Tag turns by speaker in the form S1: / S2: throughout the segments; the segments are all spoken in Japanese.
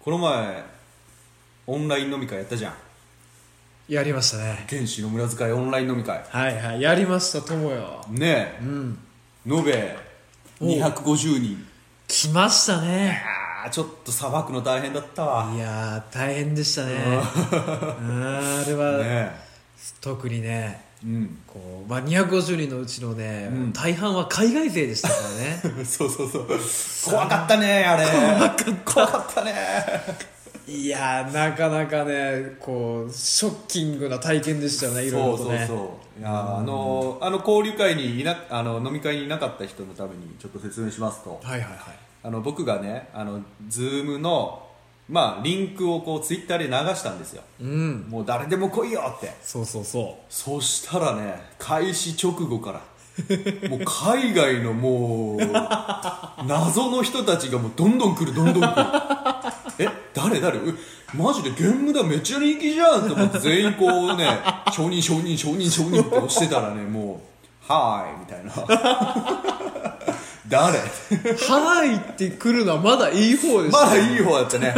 S1: この前オンライン飲み会やったじゃん
S2: やりましたね
S1: 原始の村遣いオンライン飲み会
S2: はいはいやりました友よ
S1: ねえ
S2: うん
S1: 延べ
S2: おう
S1: 250人
S2: 来ましたね
S1: あーちょっとさばくの大変だったわ
S2: いやー大変でしたねああれは、
S1: ね
S2: 特にね
S1: えうん
S2: こう、まあ、250人のうちのね、
S1: うん
S2: 大半は海外勢でしたからね
S1: そうそうそう怖かったねあれ怖かった怖かったね
S2: いやーなかなかねこうショッキングな体験でしたよ ねいろい
S1: そ
S2: ろ
S1: う
S2: と
S1: そう
S2: ね
S1: そういやーあのあの交流会にいなあの飲み会にいなかった人のためにちょっと説明しますと
S2: はいはいはい
S1: あの僕がねあの Zoom のまあリンクをこう Twitter で流したんですよ
S2: うん
S1: もう誰でも来いよって
S2: そうそうそ
S1: そしたらね開始直後 からもう海外のもう謎の人たちがもうどんどん来るどんどん 来るえ誰誰うマジでゲームだめっちゃ人気じゃんと思って全員こうね承認承認承認承認って押してたらねもう「はーい」みたいな 誰
S2: うハワイって来るのはまだいい方でした、
S1: まだいい方だったね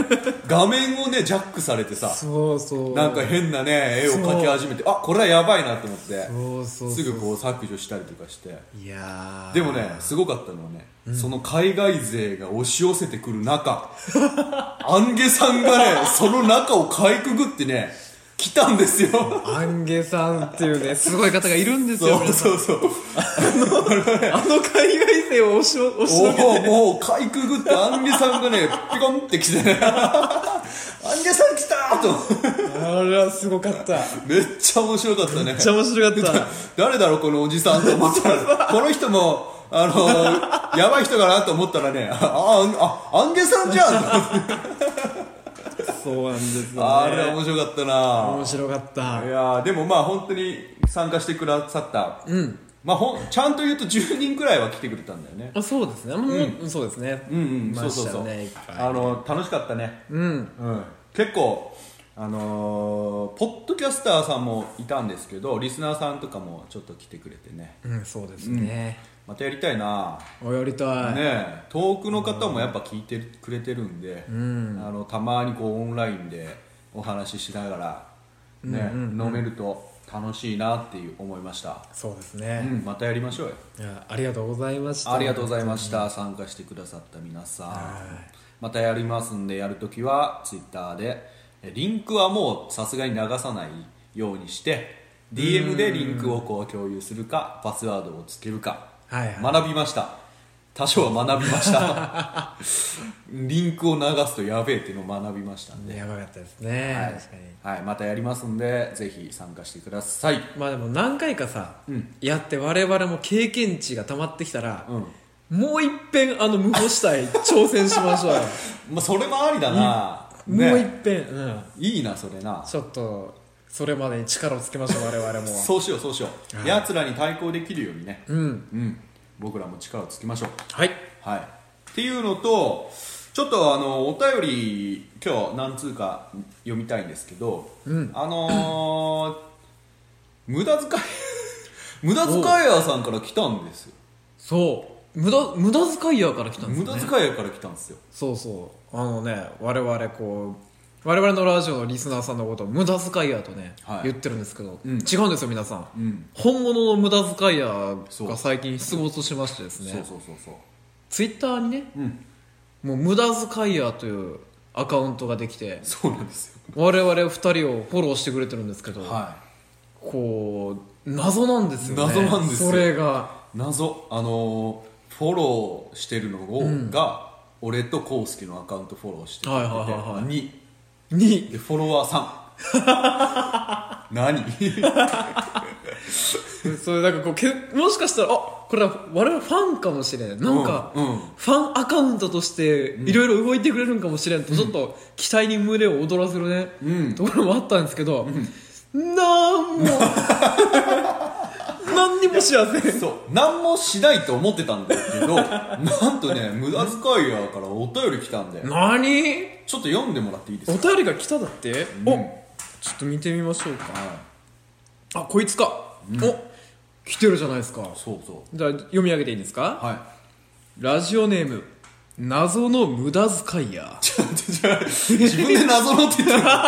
S1: 画面をねジャックされてさ
S2: そうそう
S1: なんか変なね絵を描き始めてあこれはやばいなと思って
S2: そうそうそう
S1: すぐこう削除したりとかして
S2: いやー
S1: でもねすごかったのはね、その海外勢が押し寄せてくる中 アンゲさんがねその中をかいくぐってね来たんですよ
S2: アンゲさんっていうねすごい方がいるんですよ
S1: そうそうそう
S2: 皆さんあの海外勢を押し押し
S1: お
S2: のけ
S1: おもうかいくぐってアンゲさんがねピコンって来てね アンゲさん来たーと
S2: あれはすごかった
S1: め
S2: めっ
S1: っちゃ面白かったね
S2: ちゃ面白かった
S1: 誰だろうこのおじさんと思った らこの人もあのー、やばい人かなと思ったらねあああアンゲさんじゃんと思って
S2: そうなんですよ、ね、
S1: あれは面白かったな
S2: 面白かった
S1: いやーでもまあ本当に参加してくださった、うんまあ、ほんちゃんと言うと10人くらいは来てくれたんだよね
S2: あそうですねもう、そうですね
S1: うんうん
S2: い
S1: そ
S2: ま
S1: うそ
S2: し
S1: う
S2: た
S1: そう、
S2: ねいっぱい
S1: あの楽しかったね
S2: うん
S1: うん、結構あのーポッドキャスターさんもいたんですけどリスナーさんとかもちょっと来てくれてね
S2: うんそうですね、
S1: またやりたいな
S2: おやりた
S1: ね
S2: い、
S1: え遠くの方もやっぱ聞いてくれてるんで、あのたまにこうオンラインでお話ししながら、ね飲めると楽しいなっていう思いました、
S2: そうです
S1: う
S2: ね、
S1: ん、またやりましょうよ
S2: いやありがとうございました
S1: ありがとうご
S2: い
S1: ざいました参加してくださった皆さん
S2: い
S1: またやりますんでやるときはツイッターでえリンクはもうさすがに流さないようにして DM でリンクをこう共有するかパスワードをつけるか
S2: はいはい
S1: 学びました多少は学びました リンクを流すとやべえっていうのを学びましたんで、
S2: やばかったですね、
S1: はい
S2: 確かに
S1: はい、またやりますんでぜひ参加してください
S2: まあでも何回かさ、
S1: うん
S2: やって我々も経験値が溜まってきたら、
S1: うん
S2: もう一遍あの無法地帯挑戦しましょうよ、
S1: まあ、それもありだな、
S2: もう
S1: ね、
S2: 一遍、うん、
S1: いいなそれな
S2: ちょっとそれまでに力をつけまし ょう我々も
S1: そうしようそうしよう、
S2: はい
S1: やつらに対抗できるようにね、
S2: うん
S1: うん、僕らも力をつけましょう
S2: はい
S1: はいっていうのとちょっとあのお便り今日何通か読みたいんですけど、
S2: うん
S1: あのー、無駄遣い 無駄遣い屋さんから来たんですよ
S2: そう無駄無駄遣いやから来たんです
S1: 無
S2: よ、ね、
S1: 駄遣い屋から来たんですよ
S2: そうそうあのね我々こう我々のラジオのリスナーさんのことを無駄遣いやとね、
S1: はい
S2: 言ってるんですけど、
S1: うん
S2: 違うんですよ皆さん、
S1: うん
S2: 本物の無駄遣いや
S1: そう
S2: が最近出没しましてですね
S1: そうそうそうそう
S2: ツイッターにね
S1: うん
S2: もう無駄遣いやというアカウントができて
S1: そうなんですよ
S2: 我々2人をフォローしてくれてるんですけど、
S1: は
S2: こう謎なんですよね
S1: 謎なんですよ
S2: それが
S1: い謎あのー、フォローしてるのを、が俺とコウスケのアカウントフォローしてくれてて、
S2: はいはいはいはい
S1: に
S2: に
S1: でフォロワー3 何
S2: それなんかこうけもしかしたらあこれは我々ファンかもしれんなんか、
S1: うんうん
S2: ファンアカウントとしていろいろ動いてくれるんかもしれんと、ちょっと期待に胸を躍らせるね、
S1: うん
S2: ところもあったんですけど、 なんも何にも知らせん
S1: そう何もしないと思ってたんだけど なんとね無駄遣いやからお便り来たんで
S2: 何
S1: ちょっと読んでもらっていいです
S2: お
S1: か、
S2: 便りが来ただって、
S1: うん
S2: おちょっと見てみましょうか
S1: は
S2: あこいつか、お来てるじゃないですか
S1: い、そうそう
S2: じゃあ読み上げていいですか
S1: は
S2: ラジオネーム謎の無駄遣い や
S1: 自分で謎のって言ってる
S2: 確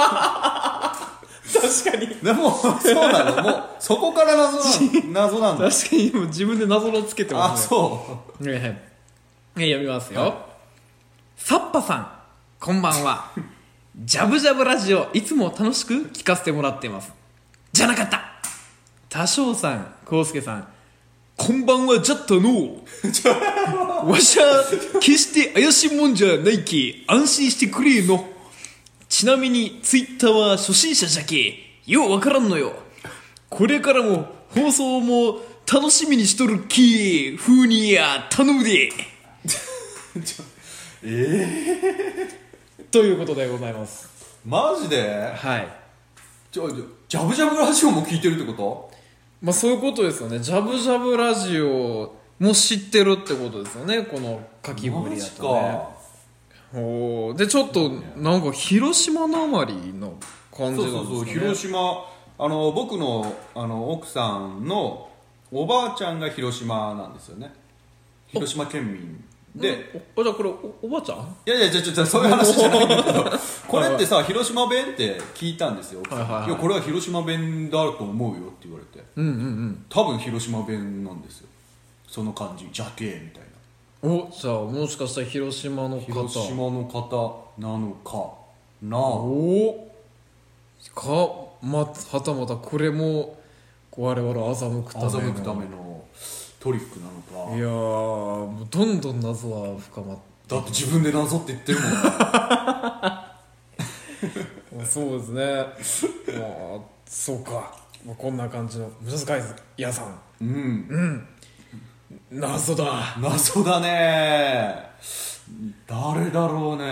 S2: かに
S1: でもそうなのもうそこから謎 なの謎なんだ
S2: 確かにもう自分で謎のつけて
S1: あ
S2: ますね
S1: そ
S2: はいはいはい読みますよ、サッパさんこんばんはジャブジャブラジオいつも楽しく聞かせてもらってますじゃなかった多少さん康介さんこんばんはじゃったのうわしゃ決して怪しいもんじゃないけ安心してくれのちなみにツイッターは初心者じゃけようわからんのよこれからも放送も楽しみにしとるきふうにや頼むで
S1: うえ
S2: ということでございます
S1: ー、マジで
S2: はい
S1: ちょちょジャブジャブラジオも聞いてるってこと
S2: まあそういうことですよねジャブジャブラジオも知ってるってことですよねこの書きぶ
S1: マ
S2: りだ
S1: ジ
S2: とね
S1: か
S2: おーでちょっとなんか広島なまりの感じ
S1: そう
S2: な
S1: そうんそう
S2: ですかね
S1: 広島あの僕のあの奥さんのおばあちゃんが広島なんですよね広島県民で、
S2: おあじゃあこれおおばあちゃん
S1: いやいや、ちょ、ちょ、ちょそういう話じゃないんだけど、これってさ、広島弁って聞いたんですよ。
S2: はいはいはい
S1: や、これは広島弁だと思うよって言われて。
S2: うんうん
S1: 多分広島弁なんですよ。その感じ、じゃけえみたいな。
S2: うんおじゃあもしかしたら広島の方
S1: 広島の方なのかなあ
S2: おおか、ま、はたまたこれも我々を欺くための
S1: 欺くためのトリックなのか。
S2: いやーもうどんどん謎は深まっ
S1: だって自分でなぞって言ってるもんね。
S2: てそうですねまあそうか、まあ、こんな感じの無駄遣い屋さん
S1: うん。
S2: 謎だ
S1: 謎だね誰だろうね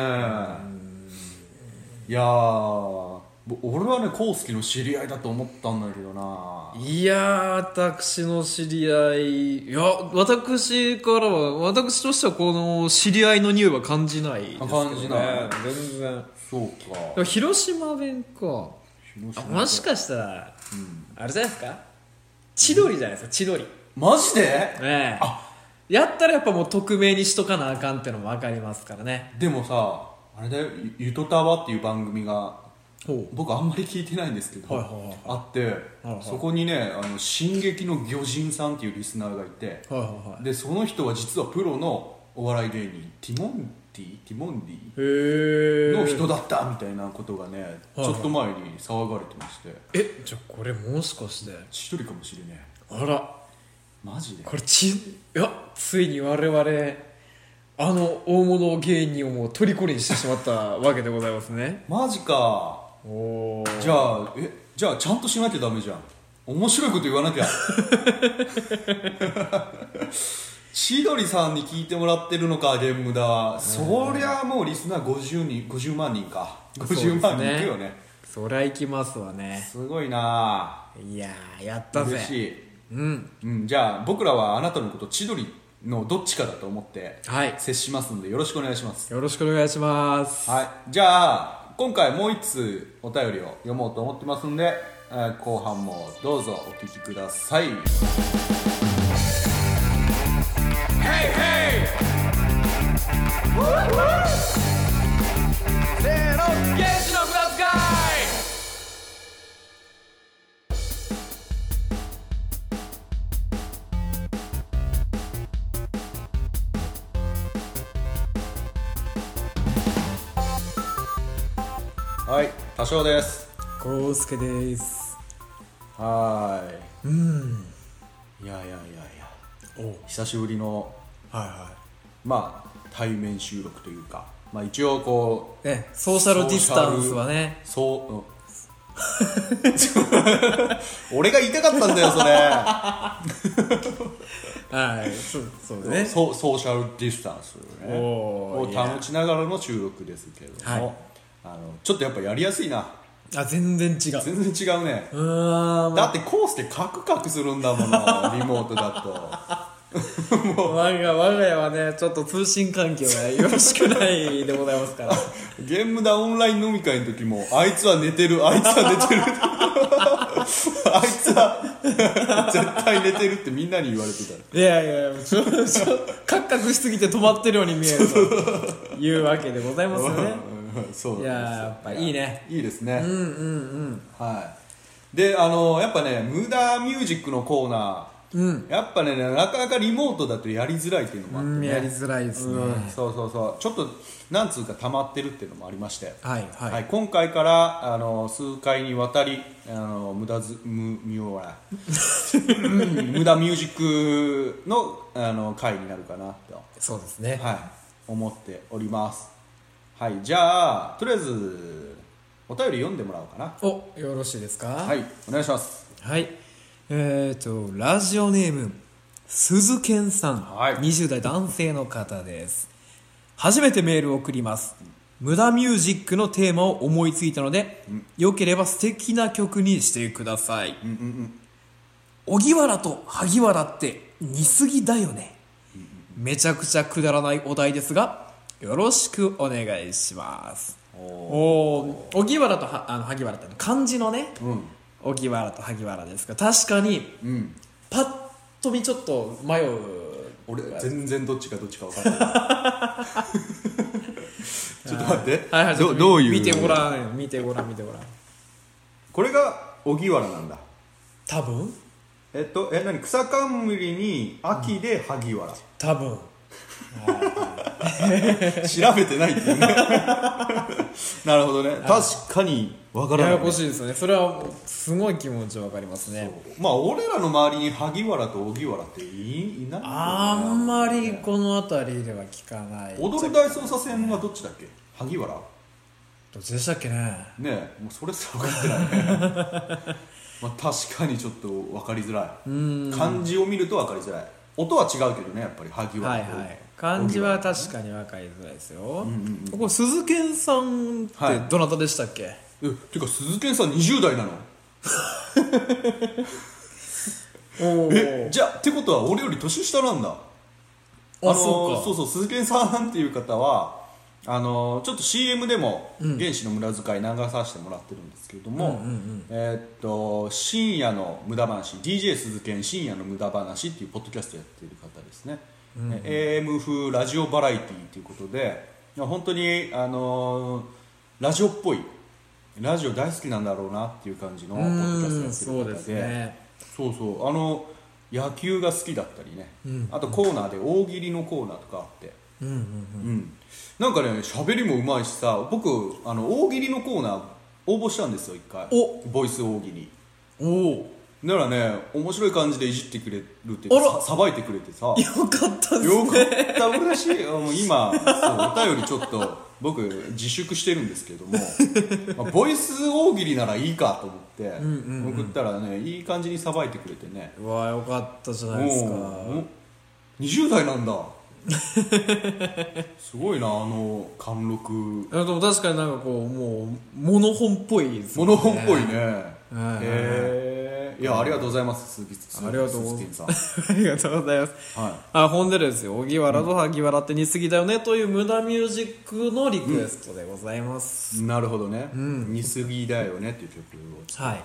S1: いやーぼ俺はね康介の知り合いだと思ったんだけどない
S2: やー私の知り合いいや私からは私としてはこの知り合いの匂いは感じないですけど、ね、
S1: 感じない
S2: 全然
S1: そう
S2: で
S1: か
S2: も広島弁か
S1: 広
S2: あ
S1: 島
S2: もしかしたら、あれじゃないですか千鳥じゃないですか千鳥
S1: マジで
S2: ええ
S1: あ
S2: やったらやっぱもう匿名にしとかなあかんってのも分かりますからね
S1: でもさあれだよ「ゆゆとたわ」っていう番組が
S2: ほ
S1: 僕あんまり聞いてないんですけど、
S2: はいはいはいはい
S1: あって、
S2: はい
S1: そこにね「あの進撃の巨人さん」っていうリスナーがいて、
S2: はいはいはい
S1: でその人は実はプロのお笑い芸人ティモンディティモンディ
S2: へえ
S1: の人だったみたいなことがね、
S2: はい
S1: ちょっと前に騒がれてまして
S2: えじゃあこれもしかして
S1: 一人かもしれねえ
S2: あら
S1: マジで
S2: これちいやついに我々あの大物芸人をもう虜にしてしまったわけでございますね
S1: マジか
S2: おお
S1: じゃあえじゃあちゃんとしなきゃダメじゃん面白いこと言わなきゃ 千鳥さんに聞いてもらってるのかゲームだそりゃもうリスナー50人50万人か50万人いくよね
S2: そりゃ行きますわね
S1: すごいない
S2: やーやったぜ
S1: 嬉しい、
S2: うん
S1: うん、じゃあ僕らはあなたのこと千鳥のどっちかだと思って
S2: はい
S1: 接しますのでよろしくお願いします
S2: よろしくお願いします
S1: はい、じゃあ今回もう一通お便りを読もうと思ってますんで、えー後半もどうぞお聞きくださいはい多少です
S2: 康介です
S1: はーいうんいやいやいやいや
S2: お
S1: 久しぶりの
S2: はいは
S1: まあ対面収録というかまあ一応こ
S2: いねソーシャルディスタンスはね
S1: うそう、うん俺が言いたかったんだよそれ
S2: はいそうそう ですね
S1: そうソーシャルディスタンス、ね、
S2: お
S1: を
S2: ーいや
S1: 保ちながらの収録ですけれども、
S2: はい
S1: あのちょっとやっぱやりやすいな
S2: あ全然違う
S1: 全然違うね
S2: うーん
S1: だってコースでカクカクするんだものリモートだ
S2: 我が我が家はねちょっと通信環境がよろしくないでございますから
S1: とゲームだオンライン飲み会の時もあいつは寝てるあいつは寝てる あいつは 絶対寝てるってみんなに言われてた
S2: いやいやいやちょちょカクカクしすぎて止まってるように見えるというわけでございますよね
S1: うん そう
S2: いやーやっぱいいね
S1: いいですね、
S2: うんうん
S1: はいであのやっぱね無駄ミュージックのコーナー、やっぱねなかなかリモートだとやりづらいっていうのもあっ
S2: う
S1: て
S2: ん、うん、
S1: ね、
S2: やりづらいですね、
S1: うんそうそうそうちょっとなんつうか溜まってるっていうのもありまして
S2: はいはい
S1: 今回からあの数回にわたりあの無駄ず無無用なうん 無駄ミュージックのあの回になるかなと
S2: そうですね、
S1: はい、思っております。はい、じゃあ、とりあえず、お便り読んでもらおうかな。
S2: およろしいですかは
S1: はい、お願いします。
S2: はい。えっ、と、ラジオネーム、鈴健さん、
S1: はい
S2: 20代男性の方です。初めてメールを送ります。無駄ミュージックのテーマを思いついたので、良ければ素敵な曲にしてください。荻原と萩原って似すぎだよね。めちゃくちゃくだらないお題ですが、よろしくお願いします。おー荻原とはあの萩原ってあの漢字のね、
S1: うん、
S2: 荻原と萩原ですが確かに
S1: うん、
S2: パッと見ちょっと迷う
S1: 俺、全然どっちかどっちか分かん ない。ちょっと待って、
S2: はいはいちょっ
S1: ど
S2: と
S1: どういう
S2: 見てごらん見てごらん見てごらん
S1: これが荻原なんだ。
S2: 多分
S1: えっと、え、何草冠に秋で萩原。
S2: 多分
S1: 調べてないっていうね。 なるほどね。確かに分から
S2: や
S1: ない、
S2: やこしいですねそれはすごい気持ちわかりますね
S1: まあ、俺らの周りに萩原と荻原っていいない
S2: あんまりこの辺りでは聞かないどっ
S1: 踊る大捜査線はどっちだっけ萩原ね
S2: ちでしたっけね
S1: えもうそれすら分かってないね まあ確かにちょっと分かりづらい漢字を見ると分かりづらい音は違うけどねやっぱり萩
S2: はい
S1: 原と
S2: はい漢字は確かにわかりづらいですよ、これ鈴賢さんって
S1: はい
S2: どなたでしたっけ、
S1: えてか鈴賢さん20代なの
S2: おお
S1: えじゃあってことは俺より年下なんだあのー
S2: そうか
S1: そうそう鈴賢さんっていう方はあのーちょっと CM でも「原始の無駄遣い」流させてもらってるんですけれども、えーっと深夜の無駄話 DJ 鈴賢深夜の無駄話っていうポッドキャストやってる方ですね、え AM 風ラジオバラエティーということでいや本当にあのーラジオっぽいラジオ大好きなんだろうなっていう感じのポッドキャストや
S2: そ
S1: ってる方
S2: う
S1: で
S2: ですね
S1: そうそうあの野球が好きだったりね、あとコーナーで大喜利のコーナーとかあって、
S2: うんうん
S1: うん、なんかね喋りもうまいしさ僕あの大喜利のコーナー応募したんですよ一回
S2: お
S1: ボイス大喜利
S2: おお
S1: ならね面白い感じでいじってくれるって
S2: あら
S1: ささばいてくれてさよ
S2: よかったです
S1: かった嬉しいもう今そうお便りちょっと僕自粛してるんですけども、まあボイス大喜利ならいいかと思って、送ったらねいい感じにさばいてくれてね、
S2: うわよかったじゃないですか
S1: お20代なんだ すごいなあの貫禄
S2: いやでも確かになんかこうもうモノ本っぽいですもん
S1: 物本っぽいね
S2: うんうんうん
S1: へえいやありがとうございます鈴木さん
S2: ありがとうござい
S1: 鈴
S2: ま
S1: 木さん
S2: ありがとうございます
S1: は
S2: あ本でですよ荻原と萩原って似すぎだよねという無駄ミュージックのリクエストでございます、
S1: いなるほどね「似すぎだよね」っていう曲を
S2: はい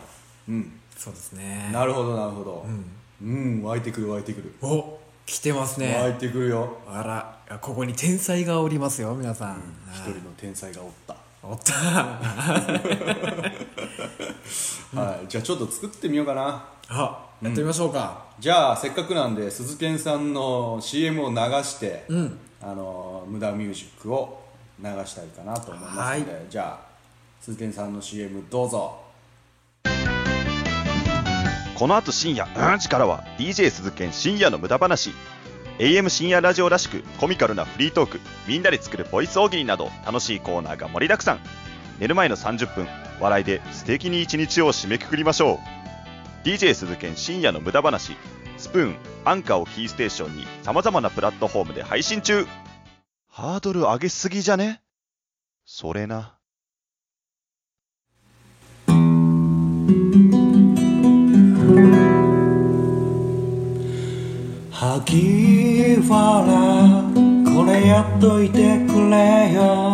S1: うん
S2: そうですね
S1: なるほどなるほどうん湧いてくる湧いてくる
S2: お来てます
S1: 湧
S2: ね
S1: いてくるよ
S2: あらいやここに天才がおりますよ皆さん、
S1: 一人の天才がおった
S2: おった
S1: はいじゃあちょっと作ってみようかな
S2: あやってみましょうか、
S1: じゃあせっかくなんで鈴賢さんの CM を流して、あの無駄ミュージックを流したいかなと思いますので、じゃあ鈴賢さんの CM どうぞ
S3: この後深夜何時からは DJ 鈴賢深夜の無駄話 AM 深夜ラジオらしくコミカルなフリートークみんなで作るボイス大喜利など楽しいコーナーが盛りだくさん寝る前の30分笑いで素敵に一日を締めくくりましょう DJ 鈴賢深夜の無駄話スプーンアンカーをキーステーションに様々なプラットフォームで配信中ハードル上げすぎじゃねそれな
S4: 萩原これやっといてくれよ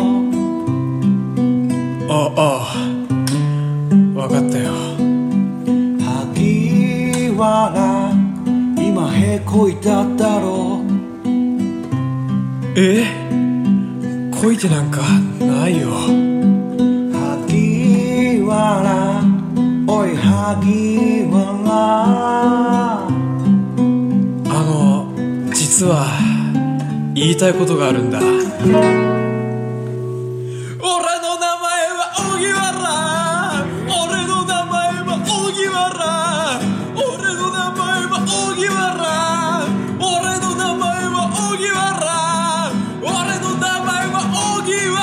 S2: ああ分かったよ
S4: わら今へこいただろう
S2: えこいてなんかないよ
S4: 萩原おい萩原
S2: あの実は言いたいことがあるんだ俺の名前は荻原俺の名前は荻原俺の名前は荻原俺の名前は荻原俺の名前は荻原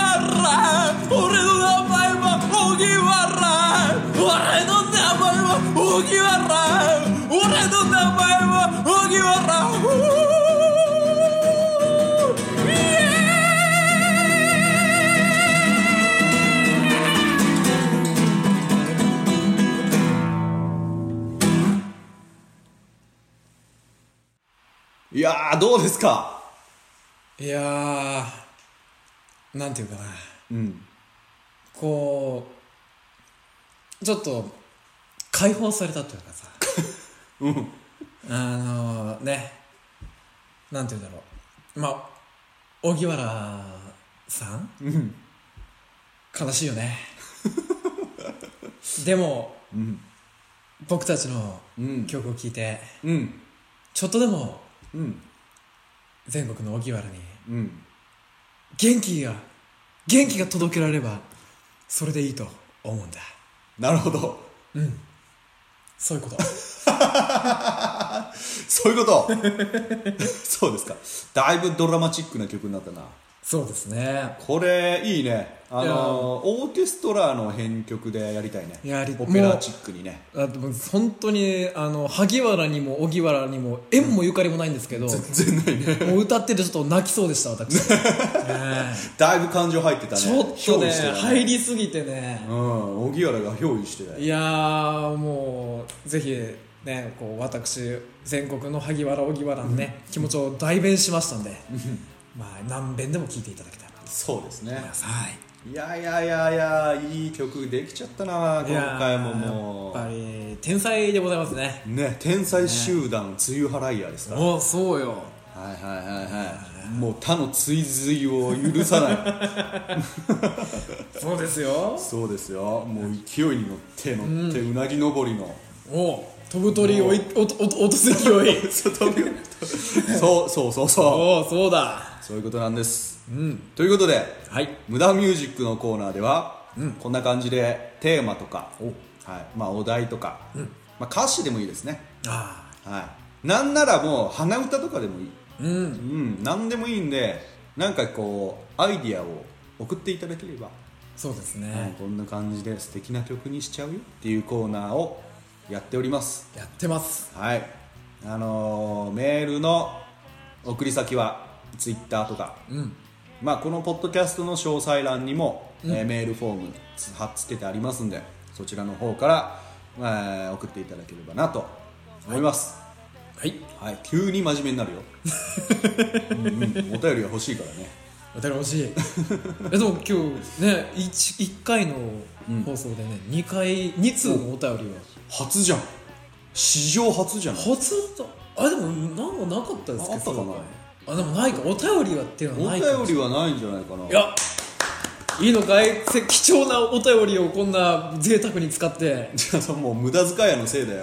S2: 俺の名前は荻原俺の名前は荻原俺の名前は荻原
S1: いやーどうですか
S2: いやーなんていうかな
S1: うん
S2: こうちょっと解放されたというかさ
S1: うん
S2: あのねなんていうんだろうまあ荻原さん
S1: うん
S2: 悲しいよねでも
S1: うん
S2: 僕たちの
S1: うん
S2: 曲を聴いて
S1: うん
S2: ちょっとでも
S1: うん
S2: 全国の荻原に
S1: うん
S2: 元気が元気が届けられればそれでいいと思うんだ
S1: なるほど
S2: そういう こと
S1: そういう ことそうですかだいぶドラマチックな曲になったな
S2: そうですね
S1: これいいねあ
S2: いやー
S1: のオーケストラの編曲でやりたいね
S2: やり
S1: オペラチックにね
S2: あでも本当にあの萩原にも荻原にも縁もゆかりもないんですけど、
S1: 全然ないね
S2: もう歌っててちょっと泣きそうでし た私、ええ
S1: だいぶ感情入ってたね
S2: ちょっと
S1: 憑依
S2: ね
S1: してた
S2: 入りすぎてね
S1: う、ん荻原が憑依してたよ
S2: いやーもうぜひねこう私全国の萩原荻原のね、気持ちを代弁しましたんで、まあ何遍でも聴いていただきたいなと
S1: そうですね
S2: 思いますはい
S1: いやいやいやいやいい曲できちゃったな今回もも
S2: いやーやっぱり天才でございますね
S1: うね天才集団梅雨払いヤーですから
S2: おそうよ
S1: はいはいはいはいもう他の追随を許さな い
S2: そうですよ
S1: そうですよもう勢いに乗って乗ってうなぎ登りの
S2: お飛ぶ鳥をいおとおと落とす勢い
S1: そうそうそうそう
S2: おおそうだ
S1: そういうことなんですということで
S2: はい
S1: 無駄ミュージックのコーナーではこんな感じでテーマとかはいまあお題とかまあ歌詞でもいいですね
S2: あ
S1: はい、なんならもう鼻歌とかでもいい、
S2: あうん
S1: うん、何でもいいんでなんかこうアイディアを送っていただければ、
S2: そうです
S1: はい
S2: ね、
S1: こんな感じで素敵な曲にしちゃうよっていうコーナーをやっております
S2: やってます
S1: はいあのーメールの送り先は Twitter とか、
S2: うん
S1: まあ、このポッドキャストの詳細欄にも、えーメールフォームつ貼っつけてありますんでそちらの方から、えー送っていただければなと思います、
S2: はい
S1: はい、急に真面目になるよ うん、うん、お便りが欲しいからね
S2: お便り欲しい えでも今日ね 1, 一回の放送でね、二回二通のお便りは
S1: 初じゃん史上初じゃん
S2: 初だったあでもなんかなかったですけど
S1: あったかな
S2: あでもないかお便りはっていう
S1: お
S2: のはないかもしれない
S1: 便りはないんじゃないかない
S2: やいいのかいせ貴重なお便りをこんな贅沢に使って
S1: じゃあもう無駄遣いやのせいだよ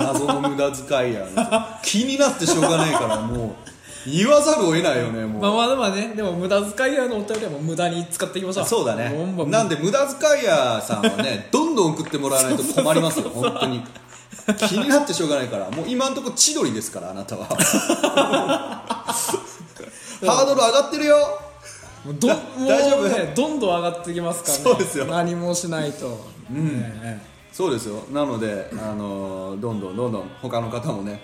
S1: 謎の無駄遣いやの気になってしょうがないからもう言わざるを得ないよねもう、
S2: まあまあまあねでも無駄遣いやのお便りはもう無駄に使っていきましょう
S1: そうだね
S2: ももう
S1: なんで無駄遣いやさんはねどんどん送ってもらわないと困り ますよ本当に気になってしょうがないからもう今んとこ千鳥ですからあなたは ハードル上がってるよ
S2: もうどん
S1: だ
S2: もう
S1: 大丈夫
S2: ねどんどん上がってきますからね
S1: そうですよ
S2: 何もしないとうん、ね
S1: そうですよなので、あのーどんどんどんどん他の方もね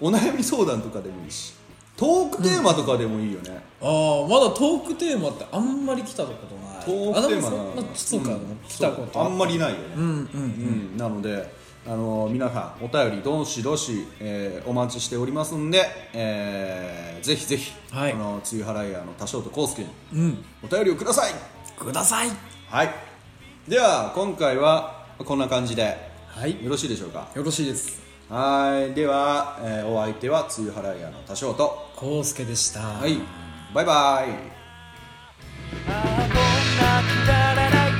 S1: お悩み相談とかでもいいしトークテーマとかでもいいよね、
S2: ああまだトークテーマってあんまり来たことない
S1: トークテーマ
S2: あでもそんなそうか、
S1: うん
S2: 来たこと
S1: そうあん
S2: ま
S1: まりないよね、
S2: うんうん
S1: うん、なので、あのー皆さんお便りどしどし、えーお待ちしておりますんで、えーぜひぜひ、
S2: はい
S1: この梅雨払い屋の多少と康介に
S2: うん
S1: お便りをください、
S2: ください
S1: はい、では今回はこんな感じで、
S2: はい
S1: よろしいでしょうか
S2: よろしいです
S1: はいでは、えーお相手は通払い屋の多少と
S2: コウスケでした
S1: はいバイバイ
S5: ああこんなくだらない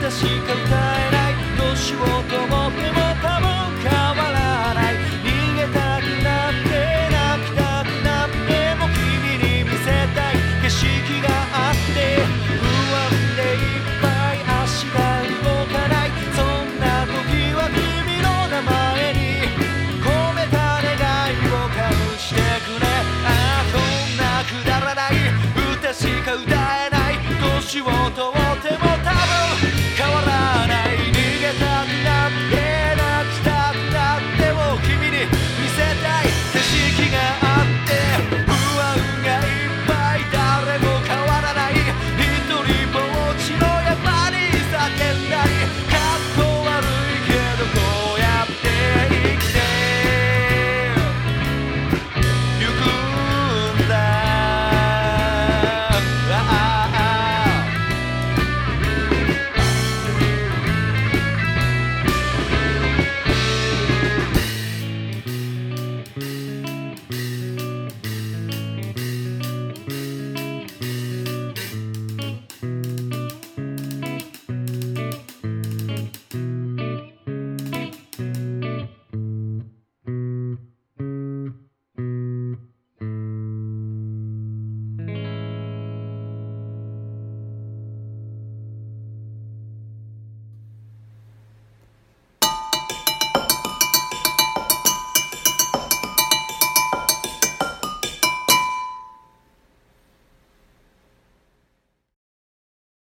S5: 歌しか歌えないどうしようと思っても多分変わらない逃げたくなって泣きたくなっても君に見せたい景色があって不安でいっぱい足が動かないそんな時は君の名前に込めた願いを隠してくれああこんなくだらない歌しか歌えないどうしようと思って